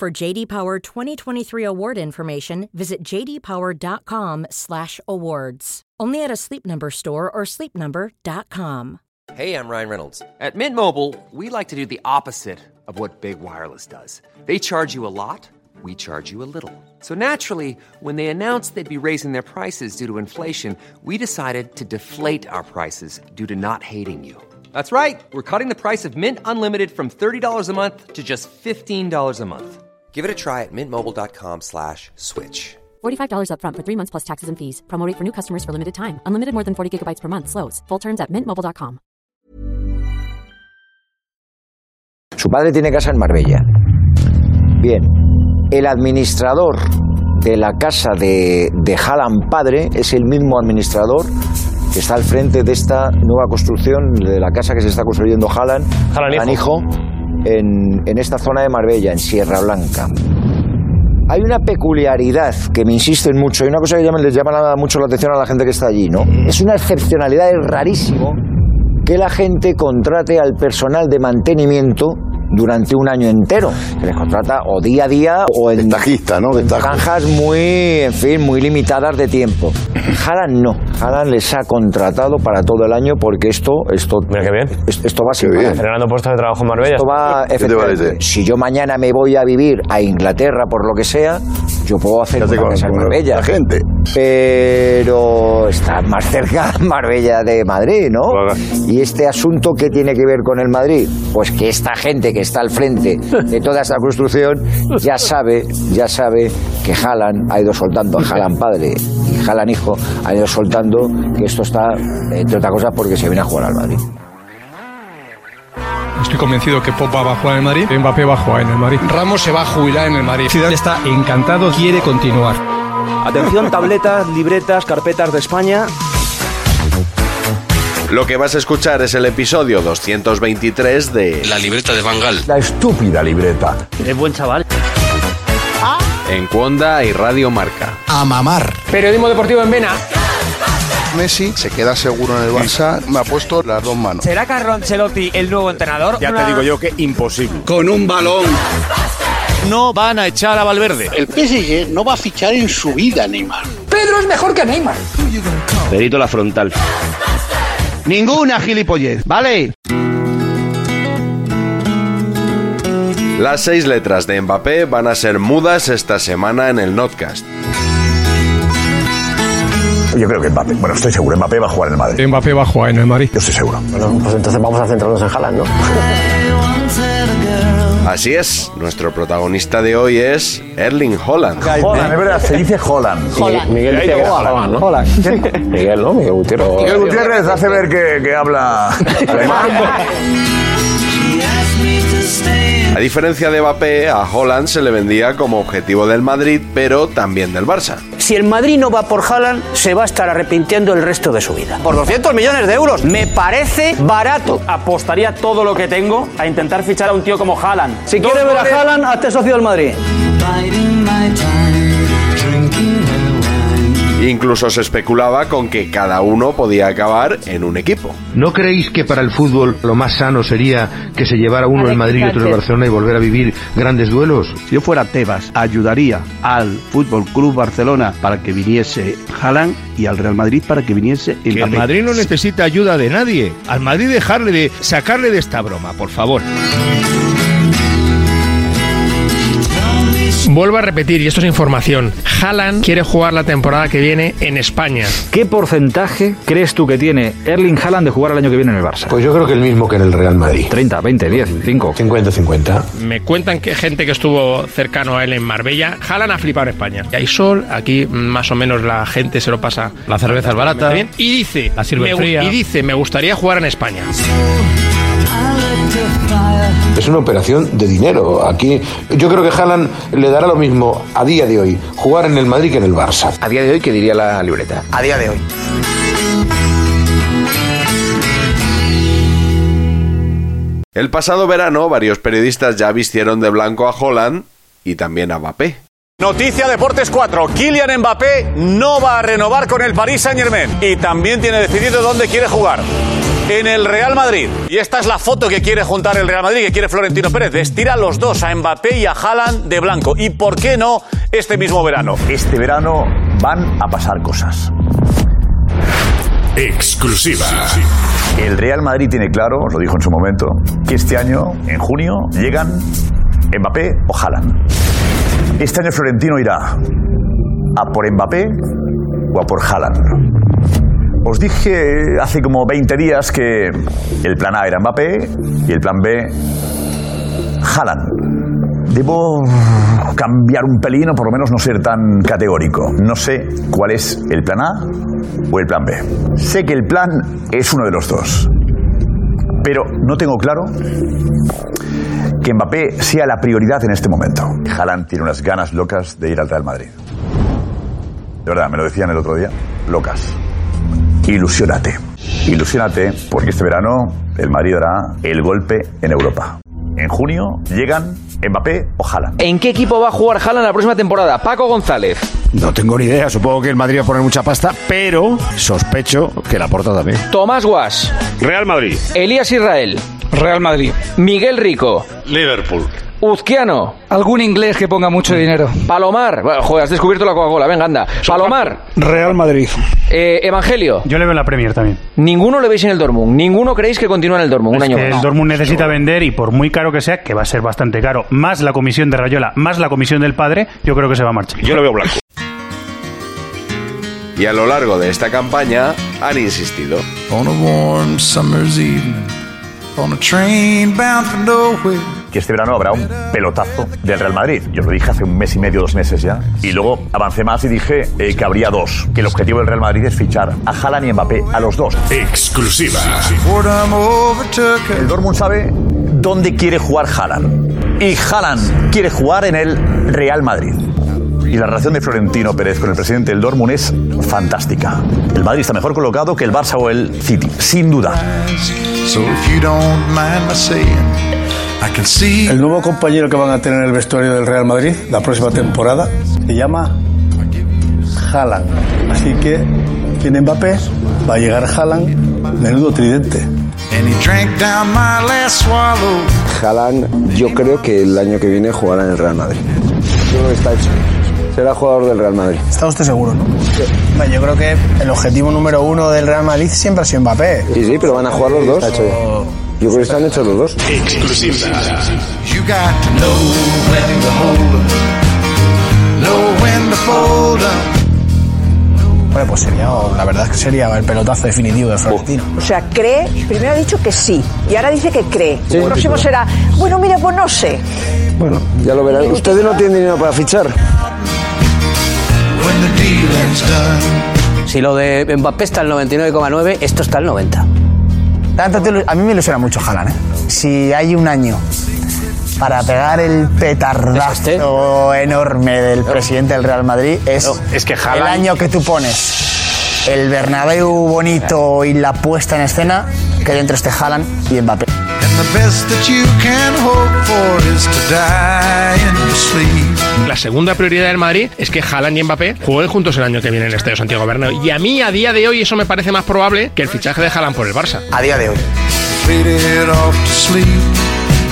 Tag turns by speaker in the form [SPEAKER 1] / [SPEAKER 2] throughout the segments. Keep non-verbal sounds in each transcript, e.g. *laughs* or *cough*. [SPEAKER 1] For JD Power 2023 award information, visit jdpower.com/awards. Only at a Sleep Number store or sleepnumber.com.
[SPEAKER 2] Hey, I'm Ryan Reynolds. At Mint Mobile, we like to do the opposite of what Big Wireless does. They charge you a lot, we charge you a little. So naturally, when they announced they'd be raising their prices due to inflation, we decided to deflate our prices due to not hating you. That's right. We're cutting the price of Mint Unlimited from $30 a month to just $15 a month. Give it a try at mintmobile.com slash switch.
[SPEAKER 3] $45 upfront for three months plus taxes and fees. Promote for new customers for limited time. Unlimited more than 40 gigabytes per month. Slows. Full terms at mintmobile.com.
[SPEAKER 4] Su padre tiene casa en Marbella. Bien. El administrador de la casa de, de Hallam padre es el mismo administrador que está al frente de esta nueva construcción, de la casa que se está construyendo Hallam,
[SPEAKER 5] Hallam hijo.
[SPEAKER 4] en, en esta zona de Marbella, en Sierra Blanca. Hay una peculiaridad que me insisten mucho, y una cosa que llama- les llama la- mucho la atención a la gente que está allí, ¿no? Es una excepcionalidad, es rarísimo que la gente contrate al personal de mantenimiento durante un año entero. Se les contrata o día a día o en
[SPEAKER 6] Ventajista, ¿no? Ventaja.
[SPEAKER 4] franjas muy, en fin, muy limitadas de tiempo. Haaland no. Haaland les ha contratado para todo el año porque esto, esto,
[SPEAKER 5] Mira qué bien.
[SPEAKER 4] es- esto va sin
[SPEAKER 6] Qué bien.
[SPEAKER 4] parar.
[SPEAKER 5] Frenando puestos de trabajo en Marbella.
[SPEAKER 4] Esto va,
[SPEAKER 6] ¿Qué te
[SPEAKER 4] efectivamente,
[SPEAKER 6] parece?
[SPEAKER 4] Si yo mañana me voy a vivir a Inglaterra por lo que sea, yo puedo hacer
[SPEAKER 6] Ya
[SPEAKER 4] una
[SPEAKER 6] te
[SPEAKER 4] casa en
[SPEAKER 6] conozco,
[SPEAKER 4] Marbella.
[SPEAKER 6] La gente.
[SPEAKER 4] Pero está más cerca *laughs* Marbella de Madrid, ¿no?
[SPEAKER 5] Claro.
[SPEAKER 4] ¿Y este asunto qué tiene que ver con el Madrid? Pues que esta gente que está al frente de toda esta construcción ya sabe, ya sabe que Jalan ha ido soltando, Jalan padre y Jalan hijo ha ido soltando que esto está, entre otras cosas, porque se viene a jugar al Madrid.
[SPEAKER 7] Estoy convencido que Pogba va a jugar en el Madrid, que Mbappé va a jugar en el Madrid, Ramos se va a jubilar en el Madrid. Ciudad está encantado, quiere continuar. *laughs*
[SPEAKER 8] Atención, tabletas, libretas, carpetas de España.
[SPEAKER 9] Lo que vas a escuchar es el episodio 223 de La libreta de Bangal
[SPEAKER 6] La estúpida libreta.
[SPEAKER 8] Es buen chaval.
[SPEAKER 9] en Cuonda y Radio Marca.
[SPEAKER 10] a mamar.
[SPEAKER 5] Periodismo deportivo en Vena.
[SPEAKER 10] Messi se queda seguro en el Barça, me ha puesto las dos manos.
[SPEAKER 8] ¿Será Carlo Ancelotti el nuevo entrenador? Ya te digo yo que imposible.
[SPEAKER 10] Con un balón.
[SPEAKER 8] No van a echar a Valverde.
[SPEAKER 10] El PSG no va a fichar en su vida, Neymar.
[SPEAKER 8] Perito la frontal.
[SPEAKER 10] Ninguna gilipollez, ¿vale?
[SPEAKER 9] Las seis letras de Mbappé van a ser mudas esta semana en el Notcast.
[SPEAKER 6] Yo creo que Mbappé, bueno, estoy seguro, Mbappé va a jugar en el Madrid.
[SPEAKER 7] Mbappé va a jugar en el Madrid.
[SPEAKER 6] Yo estoy seguro.
[SPEAKER 8] pues entonces vamos a centrarnos en Haaland, ¿no?
[SPEAKER 9] Así es, nuestro protagonista de hoy es Erling Holland.
[SPEAKER 6] Holland, es verdad, se dice Holland.
[SPEAKER 8] Miguel decía que era Haaland, ¿no?
[SPEAKER 6] *laughs*
[SPEAKER 8] Miguel, ¿no? Miguel Gutiérrez.
[SPEAKER 6] Miguel Gutiérrez hace ver que, que habla alemán.
[SPEAKER 9] A diferencia de Mbappé, a Holland se le vendía como objetivo del Madrid, pero también del Barça.
[SPEAKER 8] Si el Madrid no va por Haaland, se va a estar arrepintiendo el resto de su vida. Por 200 millones de euros. Me parece barato. Apostaría todo lo que tengo a intentar fichar a un tío como Haaland. Si quieres ver a Haaland, hazte socio del Madrid.
[SPEAKER 9] Incluso se especulaba con que cada uno podía acabar en un equipo.
[SPEAKER 10] ¿No creéis que para el fútbol lo más sano sería que se llevara uno el Madrid y otro el Barcelona y volver a vivir grandes duelos? Si yo fuera Tebas, ayudaría al Fútbol Club Barcelona para que viniese Haaland y al Real Madrid para que viniese el
[SPEAKER 5] el Madrid no necesita ayuda de nadie. Al Madrid dejarle de sacarle de esta broma, por favor.
[SPEAKER 7] Vuelvo a repetir, y esto es información, Haaland quiere jugar la temporada que viene en España.
[SPEAKER 8] ¿Qué porcentaje crees tú que tiene Erling Haaland de jugar el año que viene en el Barça?
[SPEAKER 10] Pues yo creo que el mismo que en el Real Madrid.
[SPEAKER 8] 30, 20, 10, 5.
[SPEAKER 10] 50-50.
[SPEAKER 7] Me cuentan que gente que estuvo cercano a él en Marbella, Haaland ha flipado en España. Y hay sol, aquí mm, más o menos la gente se lo pasa
[SPEAKER 5] La cerveza es barata.
[SPEAKER 7] bien. Y dice,
[SPEAKER 5] La sirven
[SPEAKER 7] me gu-
[SPEAKER 5] fría.
[SPEAKER 7] y dice, me gustaría jugar en España.
[SPEAKER 10] Es una operación de dinero. Aquí yo creo que Haaland le dará lo mismo a día de hoy jugar en el Madrid que en el Barça. A día de hoy, ¿qué diría la libreta?
[SPEAKER 11] A día de hoy.
[SPEAKER 9] El pasado verano, varios periodistas ya vistieron de blanco a Holland y también a Mbappé.
[SPEAKER 12] Noticia Deportes 4. Kylian Mbappé no va a renovar con el Paris Saint-Germain y también tiene decidido dónde quiere jugar. En el Real Madrid. Y esta es la foto que quiere juntar el Real Madrid, que quiere Florentino Pérez. Estira a los dos, a Mbappé y a Haaland de blanco. ¿Y por qué no este mismo verano?
[SPEAKER 6] Este verano van a pasar cosas.
[SPEAKER 13] Exclusiva.
[SPEAKER 6] El Real Madrid tiene claro, os lo dijo en su momento, que este año, en junio, llegan Mbappé o Haaland. Este año Florentino irá a por Mbappé o a por Haaland. Os dije hace como 20 días que el plan A era Mbappé y el plan B Haaland. Debo cambiar un pelín o por lo menos no ser tan categórico. No sé cuál es el plan A o el plan B. Sé que el plan es uno de los dos, pero no tengo claro que Mbappé sea la prioridad en este momento. Haaland tiene unas ganas locas de ir al Real Madrid. De verdad, me lo decían el otro día. Locas. Ilusiónate. Ilusiónate porque este verano el Madrid dará el golpe en Europa. En junio llegan Mbappé o Haaland.
[SPEAKER 14] ¿En qué equipo va a jugar Haaland la próxima temporada? Paco González.
[SPEAKER 15] No tengo ni idea, supongo que el Madrid va a poner mucha pasta, pero sospecho que la porta también.
[SPEAKER 14] Tomás Guas.
[SPEAKER 16] Real Madrid.
[SPEAKER 14] Elías Israel.
[SPEAKER 16] Real Madrid.
[SPEAKER 14] Miguel Rico.
[SPEAKER 16] Liverpool.
[SPEAKER 14] Uzquiano.
[SPEAKER 17] Algún inglés que ponga mucho dinero.
[SPEAKER 14] Palomar. Bueno, joder, has descubierto la Coca-Cola. Venga, anda. Palomar.
[SPEAKER 17] Real Madrid.
[SPEAKER 14] Eh, Evangelio.
[SPEAKER 18] Yo le veo en la Premier también.
[SPEAKER 14] Ninguno le veis en el Dortmund. Ninguno creéis que continúa en el Dortmund un
[SPEAKER 18] Es
[SPEAKER 14] año
[SPEAKER 18] que
[SPEAKER 14] más.
[SPEAKER 18] el Dortmund necesita vender y por muy caro que sea, que va a ser bastante caro, más la comisión de Rayola, más la comisión del padre, yo creo que se va a marchar.
[SPEAKER 9] Yo lo veo blanco. Y a lo largo de esta campaña han insistido.
[SPEAKER 19] On a warm summer's evening, on a train bound for nowhere.
[SPEAKER 6] que este verano habrá un pelotazo del Real Madrid. Yo lo dije hace un mes y medio, dos meses ya. Y luego avancé más y dije eh, que habría dos. Que el objetivo del Real Madrid es fichar a Haaland y Mbappé, a los dos.
[SPEAKER 13] Exclusiva.
[SPEAKER 19] Boredom overtook
[SPEAKER 6] El Dortmund sabe dónde quiere jugar Haaland. Y Haaland quiere jugar en el Real Madrid. Y la relación de Florentino Pérez con el presidente del Dortmund es fantástica. El Madrid está mejor colocado que el Barça o el City, sin duda.
[SPEAKER 19] So if you don't mind my saying, I can see
[SPEAKER 20] El nuevo compañero que van a tener en el vestuario del Real Madrid la próxima temporada se llama Haaland. Así que tiene Mbappé, va a llegar Haaland, menudo tridente.
[SPEAKER 19] and he drank down my last swallow.
[SPEAKER 4] Haaland, yo creo que el año que viene jugará en el Real Madrid. Yo creo que está hecho. Será jugador del Real Madrid.
[SPEAKER 20] ¿Está usted seguro, no? yo creo que el objetivo número uno del Real Madrid siempre ha sido Mbappé.
[SPEAKER 4] Sí, sí, pero van a jugar los dos. Yo creo que están hechos los dos.
[SPEAKER 19] You got to know when to hold 'em, know when to fold 'em.
[SPEAKER 20] Bueno, pues sería, la verdad es que sería el pelotazo definitivo de Florentino.
[SPEAKER 21] O sea, cree, primero ha dicho que sí, y ahora dice que cree.
[SPEAKER 4] Sí,
[SPEAKER 21] el próximo
[SPEAKER 4] sí,
[SPEAKER 21] será, bueno, mira, pues no sé.
[SPEAKER 4] Bueno, ya lo verán. Ustedes no tienen dinero para fichar.
[SPEAKER 11] Si lo de Mbappé está al 99,9, esto está al 90.
[SPEAKER 17] Tanto te ilu- a mí me ilusiona mucho Haaland. ¿eh? Si hay un año para pegar el
[SPEAKER 11] este?
[SPEAKER 17] petardazo enorme del presidente del Real Madrid es,
[SPEAKER 22] es que Haaland-
[SPEAKER 17] el año que tú pones. El Bernabéu bonito y la puesta en escena que dentro esté Haaland y Mbappé.
[SPEAKER 19] The best that you can hope for is to die in your sleep.
[SPEAKER 22] La segunda prioridad del Madrid es que Haaland y Mbappé jueguen juntos el año que viene en el Estadio Santiago Bernabéu. Y a mí, a día de hoy, eso me parece más probable que el fichaje de Haaland por el Barça.
[SPEAKER 11] A día de hoy.
[SPEAKER 19] Faded off to sleep.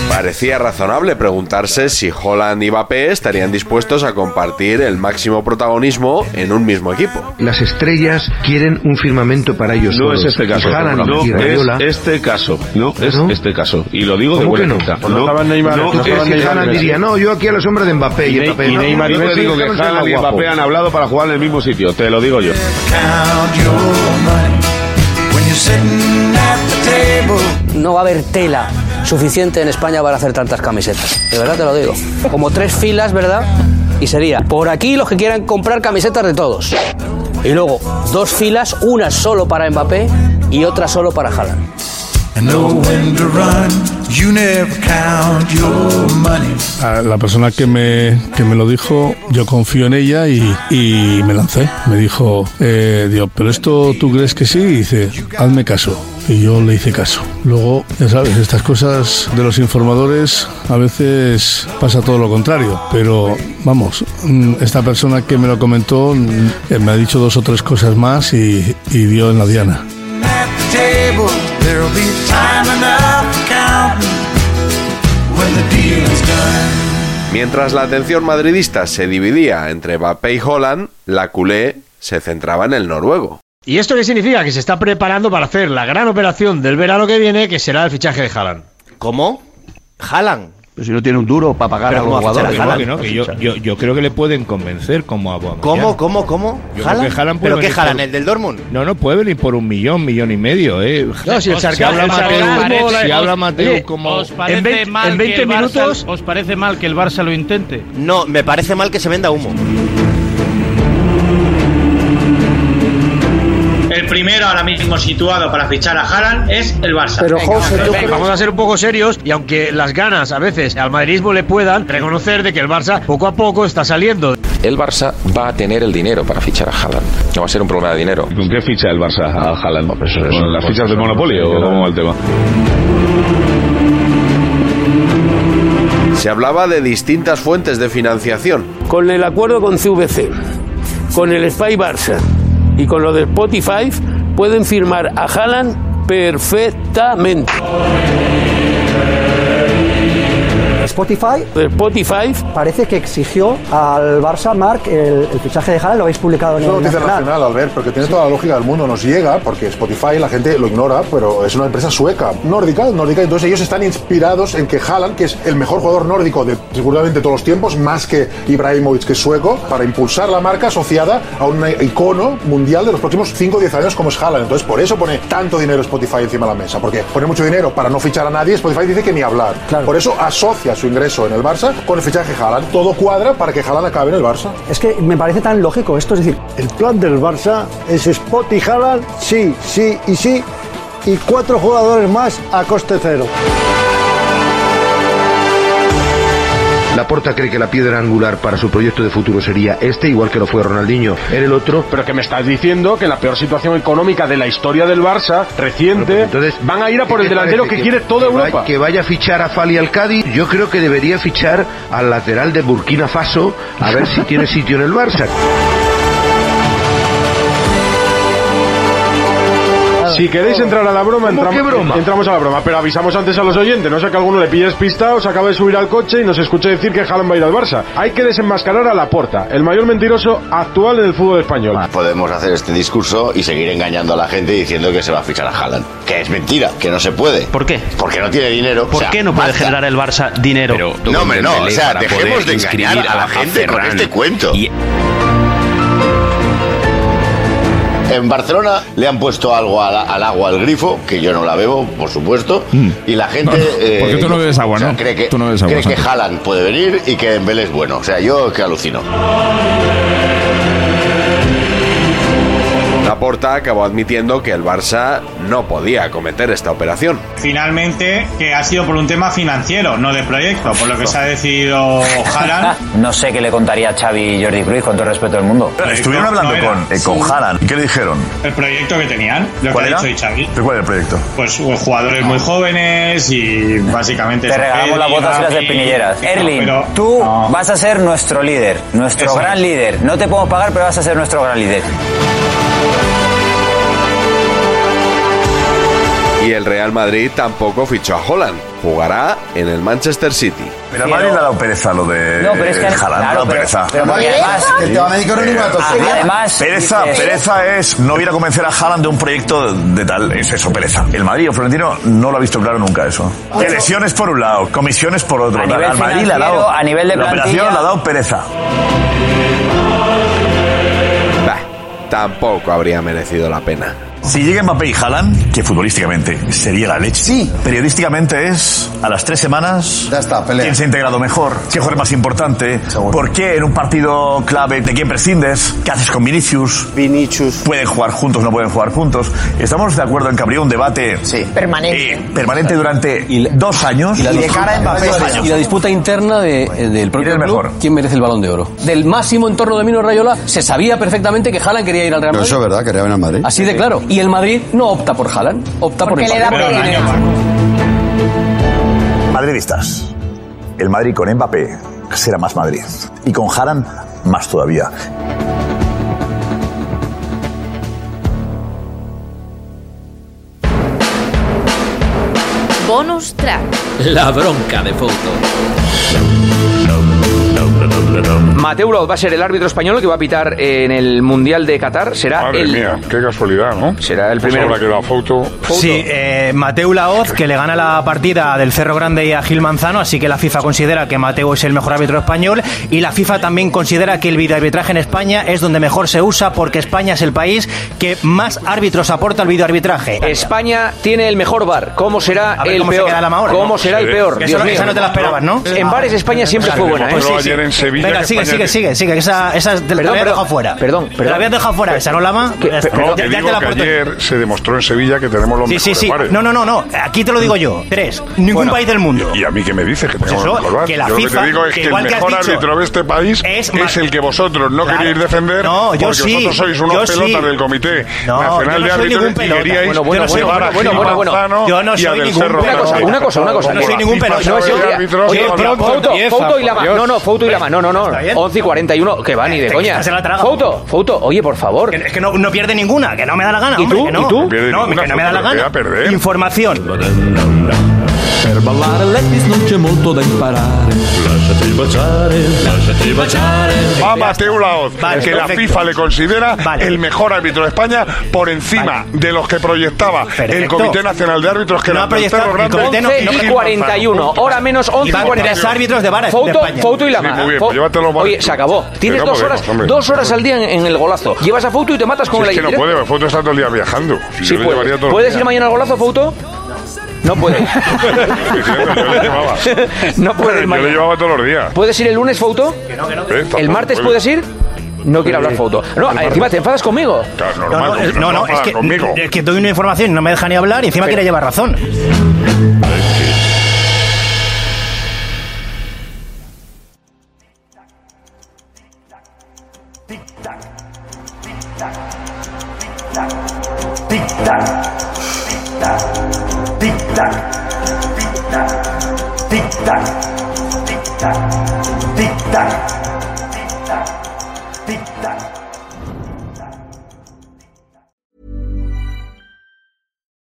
[SPEAKER 9] Parecía razonable preguntarse si Holland y Mbappé estarían dispuestos a compartir el máximo protagonismo en un mismo equipo.
[SPEAKER 10] Las estrellas quieren un firmamento para ellos
[SPEAKER 9] No
[SPEAKER 10] solos.
[SPEAKER 9] es este caso,
[SPEAKER 10] Haaland
[SPEAKER 9] no
[SPEAKER 10] y
[SPEAKER 9] es
[SPEAKER 10] Raiola
[SPEAKER 16] Este caso, no es este caso. Y lo digo de
[SPEAKER 10] ¿Cómo
[SPEAKER 16] buena
[SPEAKER 10] que
[SPEAKER 20] este
[SPEAKER 10] no?
[SPEAKER 16] tinta.
[SPEAKER 10] Pues no estaban Neymar- no
[SPEAKER 16] es
[SPEAKER 10] estaban
[SPEAKER 16] que
[SPEAKER 10] Neymar y
[SPEAKER 16] Haaland
[SPEAKER 10] Messi.
[SPEAKER 16] diría, no,
[SPEAKER 10] yo aquí a los hombres de Mbappé
[SPEAKER 16] y,
[SPEAKER 10] y Mbappé,
[SPEAKER 16] Ney- y
[SPEAKER 10] no,
[SPEAKER 16] Neymar y
[SPEAKER 10] yo te
[SPEAKER 16] Messi
[SPEAKER 10] digo que
[SPEAKER 16] no
[SPEAKER 10] Haaland
[SPEAKER 16] y
[SPEAKER 10] guapo.
[SPEAKER 16] Mbappé han hablado para jugar en el mismo sitio, te lo digo yo.
[SPEAKER 19] Count your money when you're sitting at the table.
[SPEAKER 11] No va a haber tela suficiente en España para hacer tantas camisetas. De verdad te lo digo. Como tres filas, ¿verdad? Y sería por aquí los que quieran comprar camisetas de todos. Y luego dos filas, una solo para Mbappé y otra solo para Haaland.
[SPEAKER 19] And know when to run. You never count your money.
[SPEAKER 20] A la persona que me, que me lo dijo, yo confío en ella y, y me lancé. Me dijo, eh, digo, pero esto tú crees que sí? Y dice, hazme caso. Y yo le hice caso. Luego, ya sabes, estas cosas de los informadores a veces pasa todo lo contrario. Pero vamos, mm, esta persona que me lo comentó mm, eh, me ha dicho dos o tres cosas más y, y dio en la diana.
[SPEAKER 19] At the table, there'll be time enough for counting when the deal is done.
[SPEAKER 9] Mientras la atención madridista se dividía entre Mbappé y Holland, la culé se centraba en el noruego.
[SPEAKER 11] ¿Y esto qué significa? Que se está preparando para hacer la gran operación del verano que viene, que será el fichaje de Haaland. ¿Cómo? Haaland.
[SPEAKER 10] Pero si no tiene un duro para pagar
[SPEAKER 11] Pero
[SPEAKER 10] a los
[SPEAKER 11] ¿cómo va a fichar
[SPEAKER 23] Que
[SPEAKER 10] jugadores.
[SPEAKER 23] no, que no, que yo, yo- yo creo que le pueden convencer como a Aubameyang.
[SPEAKER 11] ¿Cómo, cómo, cómo?
[SPEAKER 23] Yo creo
[SPEAKER 11] ¿Haaland?
[SPEAKER 23] que Haaland puede
[SPEAKER 11] ¿Pero qué
[SPEAKER 23] venir por-
[SPEAKER 11] Haaland? ¿El del Dortmund?
[SPEAKER 23] No, no puede venir por un millón, millón y medio, ¿eh?
[SPEAKER 11] No, si el sarcasmo-
[SPEAKER 23] habla
[SPEAKER 11] el sarcasmo-
[SPEAKER 23] Mateo, si
[SPEAKER 11] os-
[SPEAKER 23] habla Mateo
[SPEAKER 11] oye,
[SPEAKER 23] como...
[SPEAKER 11] os parece mal que el Barça-
[SPEAKER 24] ¿Os parece mal que el Barça lo intente?
[SPEAKER 11] No, me parece mal que se venda humo.
[SPEAKER 24] El primero ahora mismo situado para fichar a Haaland es el Barça.
[SPEAKER 11] Venga, venga, vamos a ser un poco serios y aunque las ganas a veces al madridismo le puedan reconocer de que el Barça poco a poco está saliendo.
[SPEAKER 25] El Barça va a tener el dinero para fichar a Haaland. No va a ser un problema de dinero.
[SPEAKER 26] ¿Con qué ficha el Barça a Haaland? ¿Con las fichas de Monopoly o cómo va el tema?
[SPEAKER 9] Se hablaba de distintas fuentes de financiación.
[SPEAKER 27] Con el acuerdo con CVC, con el Spy Barça y con lo del Spotify, pueden firmar a Haaland perfectamente.
[SPEAKER 28] Spotify
[SPEAKER 27] Spotify
[SPEAKER 28] parece que exigió al Barça Mark el, el fichaje de Haaland, lo habéis publicado en
[SPEAKER 29] Es una
[SPEAKER 28] el
[SPEAKER 29] noticia
[SPEAKER 28] Nacional.
[SPEAKER 29] nacional, Albert, porque tiene toda la lógica del mundo. Nos llega porque Spotify la gente lo ignora, pero es una empresa sueca, nórdica, nórdica. Entonces ellos están inspirados en que Haaland, que es el mejor jugador nórdico de seguramente todos los tiempos, más que Ibrahimovic, que es sueco, para impulsar la marca asociada a un icono mundial de los próximos 5 o 10 años como es Haaland. Entonces por eso pone tanto dinero Spotify encima de la mesa, porque pone mucho dinero para no fichar a nadie. Spotify dice que ni hablar. Por eso asocia su ingreso en el Barça con el fichaje Haaland. Todo cuadra para que Haaland acabe en el Barça.
[SPEAKER 28] Es que me parece tan lógico esto, es decir,
[SPEAKER 4] El plan del Barça es Spot y Haaland, sí, sí y sí, y cuatro jugadores más a coste cero.
[SPEAKER 10] Laporta cree que la piedra angular para su proyecto de futuro sería este, igual que lo fue Ronaldinho. En el otro.
[SPEAKER 30] Pero que me estás diciendo que la peor situación económica de la historia del Barça reciente, entonces van a ir a por
[SPEAKER 10] ¿Qué
[SPEAKER 30] el
[SPEAKER 10] te
[SPEAKER 30] delantero que,
[SPEAKER 10] parece
[SPEAKER 30] quiere toda
[SPEAKER 10] que
[SPEAKER 30] Europa.
[SPEAKER 10] vaya- que vaya a fichar a Fali al Cádiz, yo creo que debería fichar al lateral de Burkina Faso a ver si tiene sitio en el Barça.
[SPEAKER 30] *laughs* Si queréis entrar a la broma, ¿Cómo entramos, qué broma? entramos a la broma, pero avisamos antes a los oyentes, no sea que alguno le pilles pista, os acabe de subir al coche y nos escuche decir que Haaland va a ir al Barça. Hay que desenmascarar a Laporta, el mayor mentiroso actual en el fútbol español.
[SPEAKER 16] Podemos hacer este discurso y seguir engañando a la gente diciendo que se va a fichar a Haaland. Que es mentira, que no se puede. ¿Por qué? Porque no tiene dinero.
[SPEAKER 24] ¿Por qué no puede generar el Barça dinero?
[SPEAKER 16] No, hombre, no. O sea, dejemos de engañar a la gente con este cuento. En Barcelona le han puesto algo al, al agua al grifo, que yo no la bebo, por supuesto, y la gente...
[SPEAKER 20] Mm.
[SPEAKER 16] eh,
[SPEAKER 20] No, no, porque tú no bebes agua,
[SPEAKER 16] o sea,
[SPEAKER 20] ¿no?
[SPEAKER 16] Cree que,
[SPEAKER 20] Tú no bebes agua,
[SPEAKER 16] cree que
[SPEAKER 20] Santi.
[SPEAKER 16] Haaland puede venir y que Dembélé es bueno. O sea, yo que alucino.
[SPEAKER 9] Laporta acabó admitiendo que el Barça no podía acometer esta operación.
[SPEAKER 24] Finalmente, que ha sido por un tema financiero, no de proyecto, por lo que se ha decidido Haaland.
[SPEAKER 4] No sé qué le contaría a Xavi y Jordi Cruyff con todo el respeto del mundo.
[SPEAKER 6] Estuvieron hablando con, eh, con Haaland. ¿Y qué le dijeron?
[SPEAKER 24] El proyecto que tenían, lo
[SPEAKER 6] ¿Cuál
[SPEAKER 24] que
[SPEAKER 6] era?
[SPEAKER 24] ha dicho Xavi.
[SPEAKER 6] ¿De cuál era el proyecto?
[SPEAKER 24] Pues jugadores muy jóvenes y básicamente...
[SPEAKER 4] Te regalamos las botas y las de Pinilleras. Erling, tú vas a ser nuestro líder, nuestro
[SPEAKER 24] Eso
[SPEAKER 4] gran
[SPEAKER 24] es.
[SPEAKER 4] líder. No te podemos pagar, pero vas a ser nuestro gran líder.
[SPEAKER 9] Y el Real Madrid tampoco fichó a Holland. Jugará en el Manchester City.
[SPEAKER 6] Pero a Madrid le ha dado pereza lo de
[SPEAKER 4] No, pero es que-
[SPEAKER 6] Haaland, le ha
[SPEAKER 4] claro,
[SPEAKER 6] dado
[SPEAKER 4] pero-
[SPEAKER 6] Eh, pereza.
[SPEAKER 4] pero porque además- El tema médico no es ninguna tontería. Además,
[SPEAKER 6] pereza,
[SPEAKER 4] dices- eh,
[SPEAKER 6] pereza es no ir a convencer a Haaland de un proyecto de tal, es eso, pereza. El Madrid o Florentino no lo ha visto claro nunca eso. Que lesiones por un lado, comisiones por otro.
[SPEAKER 4] A nivel
[SPEAKER 6] al Madrid le ha
[SPEAKER 4] financiero,
[SPEAKER 6] dado
[SPEAKER 4] a nivel de
[SPEAKER 6] la operación
[SPEAKER 4] plantilla-
[SPEAKER 6] le ha dado pereza.
[SPEAKER 9] Bah, tampoco habría merecido la pena.
[SPEAKER 6] Si llega Mbappé y Haaland, que futbolísticamente sería la leche. Sí. Periodísticamente es a las tres semanas. Ya está, ¿Quién se ha integrado mejor? ¿Qué jugador más importante? ¿Por qué en un partido clave de quién prescindes? ¿Qué haces con Vinicius? Vinicius. ¿Pueden jugar juntos? ¿No pueden jugar juntos? Estamos de acuerdo en que habría un debate
[SPEAKER 31] Permanente.
[SPEAKER 6] eh, permanente durante dos años.
[SPEAKER 10] Y la disputa- y la disputa interna de- eh, del propio
[SPEAKER 6] ¿Quién es
[SPEAKER 10] club,
[SPEAKER 6] mejor?
[SPEAKER 10] ¿quién merece el balón de oro? Del máximo entorno de Mino Rayola, se sabía perfectamente que Haaland quería ir al Real
[SPEAKER 31] Pero
[SPEAKER 10] Madrid.
[SPEAKER 31] eso es verdad, quería venir al Madrid.
[SPEAKER 10] Así de claro. Y el Madrid no opta por Haaland, opta por
[SPEAKER 31] Porque
[SPEAKER 10] el
[SPEAKER 31] le da
[SPEAKER 10] Madrid.
[SPEAKER 31] pereza.
[SPEAKER 6] Madridistas. El Madrid con Mbappé será más Madrid. Y con Haaland, más todavía.
[SPEAKER 21] Bonus track. La bronca de Fouto.
[SPEAKER 32] Mateu Laoz va a ser el árbitro español que va a pitar en el Mundial de Qatar. Será
[SPEAKER 29] Madre
[SPEAKER 32] el...
[SPEAKER 29] mía, qué casualidad, ¿no?
[SPEAKER 32] Será el
[SPEAKER 29] Pues
[SPEAKER 32] primero.
[SPEAKER 29] habrá quedado foto.
[SPEAKER 11] Sí, eh, Mateu Laoz, que le gana la partida del Cerro Grande y a Gil Manzano, así que la FIFA considera que Mateu es el mejor árbitro español y la FIFA también considera que el videoarbitraje en España es donde mejor se usa porque España es el país que más árbitros aporta al videoarbitraje.
[SPEAKER 32] España tiene el mejor bar. ¿Cómo será
[SPEAKER 11] A ver
[SPEAKER 32] el
[SPEAKER 11] cómo se
[SPEAKER 32] peor?
[SPEAKER 11] queda la Mahora,
[SPEAKER 32] ¿Cómo
[SPEAKER 11] ¿no?
[SPEAKER 32] será el
[SPEAKER 11] Sí.
[SPEAKER 32] peor?
[SPEAKER 11] Que
[SPEAKER 32] Dios
[SPEAKER 11] eso-
[SPEAKER 32] mío.
[SPEAKER 11] esa no te la esperabas, ¿no?
[SPEAKER 32] En bares España siempre fue buena. ¿eh?
[SPEAKER 11] Pues sí, sí. Venga,
[SPEAKER 32] que
[SPEAKER 11] sigue,
[SPEAKER 32] España-
[SPEAKER 11] sigue, sigue, sigue. que Esa, esa es de-
[SPEAKER 32] Perdón,
[SPEAKER 11] la habías
[SPEAKER 32] perdón.
[SPEAKER 11] dejado fuera.
[SPEAKER 32] Perdón,
[SPEAKER 11] Te
[SPEAKER 32] perdón.
[SPEAKER 11] la habías dejado fuera, esa, ¿no, Lama?
[SPEAKER 32] Que-
[SPEAKER 11] Ya está.
[SPEAKER 32] perdón.
[SPEAKER 29] No, te digo que
[SPEAKER 11] aporto.
[SPEAKER 29] ayer se demostró en Sevilla que tenemos los
[SPEAKER 11] Sí, sí,
[SPEAKER 29] mejores
[SPEAKER 11] sí.
[SPEAKER 29] bares.
[SPEAKER 11] No, no, no, no. Aquí te lo digo yo. Tres. Ningún
[SPEAKER 29] Bueno.
[SPEAKER 11] país del mundo.
[SPEAKER 29] Y a mí que me dices que
[SPEAKER 11] Pues
[SPEAKER 29] tenemos
[SPEAKER 11] eso,
[SPEAKER 29] el mejor bar.
[SPEAKER 11] que la
[SPEAKER 29] yo lo que
[SPEAKER 11] FIFA,
[SPEAKER 29] te digo es
[SPEAKER 11] que
[SPEAKER 29] que, el
[SPEAKER 11] igual que has
[SPEAKER 29] mejor
[SPEAKER 11] dicho,
[SPEAKER 29] árbitro de este país
[SPEAKER 11] es
[SPEAKER 29] es,
[SPEAKER 11] más-
[SPEAKER 29] el que vosotros no
[SPEAKER 11] Claro.
[SPEAKER 29] queréis defender
[SPEAKER 11] No, yo
[SPEAKER 29] porque
[SPEAKER 11] sí,
[SPEAKER 29] vosotros sois unos
[SPEAKER 11] yo sí.
[SPEAKER 29] pelotas del Comité
[SPEAKER 11] No, yo
[SPEAKER 29] Nacional
[SPEAKER 11] no
[SPEAKER 29] de
[SPEAKER 11] soy
[SPEAKER 29] Árbitros
[SPEAKER 11] ningún
[SPEAKER 29] y
[SPEAKER 11] pelota.
[SPEAKER 29] queríais
[SPEAKER 11] Bueno, bueno,
[SPEAKER 29] llevar
[SPEAKER 11] bueno,
[SPEAKER 29] a
[SPEAKER 11] bueno,
[SPEAKER 29] Gil
[SPEAKER 11] bueno, bueno.
[SPEAKER 29] Manzano
[SPEAKER 11] Yo no
[SPEAKER 29] y a
[SPEAKER 11] soy
[SPEAKER 29] Del
[SPEAKER 11] ningún-
[SPEAKER 29] Cerro
[SPEAKER 11] una cosa,
[SPEAKER 29] Grande.
[SPEAKER 11] una cosa, una cosa. No soy ningún pelota.
[SPEAKER 32] No, eso
[SPEAKER 29] Sabe
[SPEAKER 32] ya-
[SPEAKER 29] árbitros,
[SPEAKER 32] Oye,
[SPEAKER 29] no
[SPEAKER 32] Fouto,
[SPEAKER 29] hablamos.
[SPEAKER 32] Fouto, Fouto y Lama. No, no, Fouto y Lama. No, no, no. 11 y 41. Que va ni de
[SPEAKER 11] Te-
[SPEAKER 32] coña.
[SPEAKER 11] te se la traga.
[SPEAKER 32] Fouto, Fouto, oye, por favor.
[SPEAKER 11] Es que no, no pierde ninguna, que no me da la gana.
[SPEAKER 32] ¿Y
[SPEAKER 11] hombre,
[SPEAKER 32] tú?
[SPEAKER 11] que no.
[SPEAKER 32] ¿Y tú?
[SPEAKER 11] No, que no me da la gana. Información.
[SPEAKER 21] Per ballare l'Elvis non c'è molto da imparare. Lasciati baciare, lasciati baciare.
[SPEAKER 29] Va Mateo Laoz,
[SPEAKER 21] Vale,
[SPEAKER 29] que la
[SPEAKER 21] perfecto.
[SPEAKER 29] FIFA le considera el mejor árbitro de España por encima de los que proyectaba el
[SPEAKER 11] Perfecto.
[SPEAKER 29] Comité Nacional de Árbitros que
[SPEAKER 11] No
[SPEAKER 29] era
[SPEAKER 11] ha proyectado
[SPEAKER 29] Cerro
[SPEAKER 11] el
[SPEAKER 29] Grande
[SPEAKER 11] comité no-
[SPEAKER 29] y
[SPEAKER 11] no-
[SPEAKER 29] Gil
[SPEAKER 32] 41,
[SPEAKER 29] Manzano.
[SPEAKER 32] hora menos 11 y
[SPEAKER 11] Van
[SPEAKER 32] 41.
[SPEAKER 11] tres árbitros de bares de
[SPEAKER 32] Foto,
[SPEAKER 11] España.
[SPEAKER 32] foto y la
[SPEAKER 29] Sí,
[SPEAKER 32] mano.
[SPEAKER 29] muy bien, pues llévate los bares
[SPEAKER 32] Oye,
[SPEAKER 29] tú.
[SPEAKER 32] se acabó.
[SPEAKER 29] Que
[SPEAKER 32] Tienes
[SPEAKER 29] no
[SPEAKER 32] dos
[SPEAKER 29] podemos,
[SPEAKER 32] horas,
[SPEAKER 29] hombre.
[SPEAKER 32] dos horas al día en, en el golazo. Llevas a foto y te matas con
[SPEAKER 29] Si
[SPEAKER 32] la
[SPEAKER 29] es que no
[SPEAKER 32] indirecta.
[SPEAKER 29] puede, Foto está todo el día viajando. Si
[SPEAKER 32] Sí
[SPEAKER 29] yo le
[SPEAKER 32] puedes.
[SPEAKER 29] llevaría todo el
[SPEAKER 32] ¿Puedes
[SPEAKER 29] día.
[SPEAKER 32] ir mañana al golazo, Fouto? No
[SPEAKER 29] *laughs*
[SPEAKER 32] puedes.
[SPEAKER 29] Yo le llevaba.
[SPEAKER 32] *laughs* no puedes ir
[SPEAKER 29] Yo le
[SPEAKER 32] mañana.
[SPEAKER 29] llevaba todos los días.
[SPEAKER 32] ¿Puedes ir el lunes, Fouto?
[SPEAKER 29] Eh, tampoco
[SPEAKER 32] ¿El martes
[SPEAKER 29] puede.
[SPEAKER 32] puedes ir? No quiero hablar foto. No,
[SPEAKER 29] El
[SPEAKER 32] encima te enfadas conmigo.
[SPEAKER 29] Claro,
[SPEAKER 11] No, no,
[SPEAKER 29] normal.
[SPEAKER 11] es- no, no, es que,
[SPEAKER 29] Conmigo.
[SPEAKER 11] es que doy una información y no me deja ni hablar y encima quiere llevar razón.
[SPEAKER 3] Tic-tac. Tic-tac. Tic-tac. Tic-tac. Tic-tac. Tic-tac. Tic-tac.